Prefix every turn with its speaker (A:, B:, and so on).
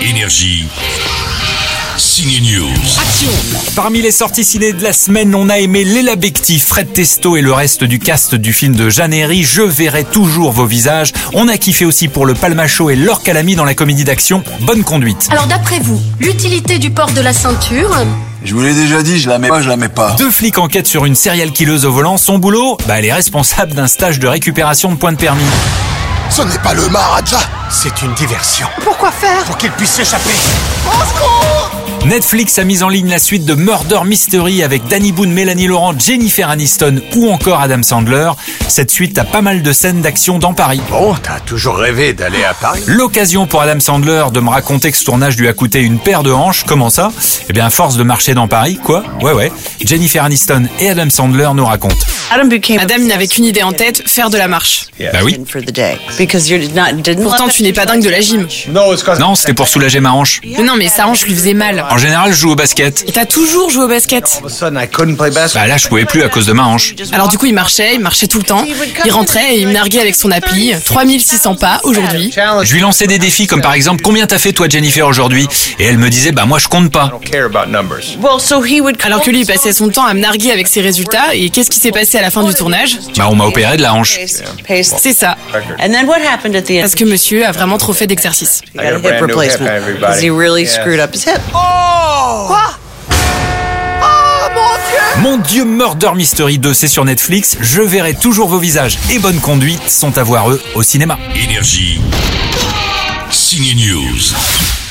A: Énergie. Cine News.
B: Parmi les sorties ciné de la semaine, on a aimé Léla Becti, Fred Testo et le reste du cast du film de Jeanne Herry, Je verrai toujours vos visages. On a kiffé aussi pour le Palmacho et Laure Calami dans la comédie d'action Bonne conduite.
C: Alors d'après vous, l'utilité du port de la ceinture
D: Je vous l'ai déjà dit, je la mets pas, je la mets pas.
B: Deux flics enquêtent sur une serial killeuse au volant. Son boulot bah, Elle est responsable d'un stage de récupération de points de permis.
D: Ce n'est pas le Maharaja
E: C'est une diversion. Pourquoi faire Pour qu'il puisse s'échapper.
B: Netflix a mis en ligne la suite de Murder Mystery avec Danny Boone, Mélanie Laurent, Jennifer Aniston ou encore Adam Sandler. Cette suite a pas mal de scènes d'action dans Paris.
E: Bon, t'as toujours rêvé d'aller à Paris
B: L'occasion pour Adam Sandler de me raconter que ce tournage lui a coûté une paire de hanches, comment ça Eh bien, à force de marcher dans Paris, quoi Ouais, ouais. Jennifer Aniston et Adam Sandler nous racontent.
F: Adam il n'avait qu'une idée en tête, faire de la marche.
B: Bah oui.
F: Pourtant, tu n'es pas dingue de la gym.
B: Non, c'était pour soulager ma hanche.
F: Mais non, mais sa hanche lui faisait mal.
B: En général, je joue au basket.
F: Et t'as toujours joué au basket.
B: Bah là, je pouvais plus à cause de ma hanche.
F: Alors du coup, il marchait, il marchait tout le temps. Il rentrait et il me narguait avec son appli. 3600 pas aujourd'hui.
B: Je lui lançais des défis comme par exemple combien t'as fait toi Jennifer aujourd'hui et elle me disait bah moi je compte pas.
F: Alors que lui, il passait son temps à me narguer avec ses résultats. Et qu'est-ce qui s'est passé à la fin du tournage
B: Bah on m'a opéré de la hanche.
F: C'est ça.
G: And then what happened at the end?
F: Parce que monsieur a vraiment trop fait d'exercice.
G: He got a hip replacement. Because he really screwed up his hip.
B: Mon dieu Murder Mystery 2 c'est sur Netflix, je verrai toujours vos visages et bonne conduite sont à voir eux au cinéma.
A: Énergie. Cine News.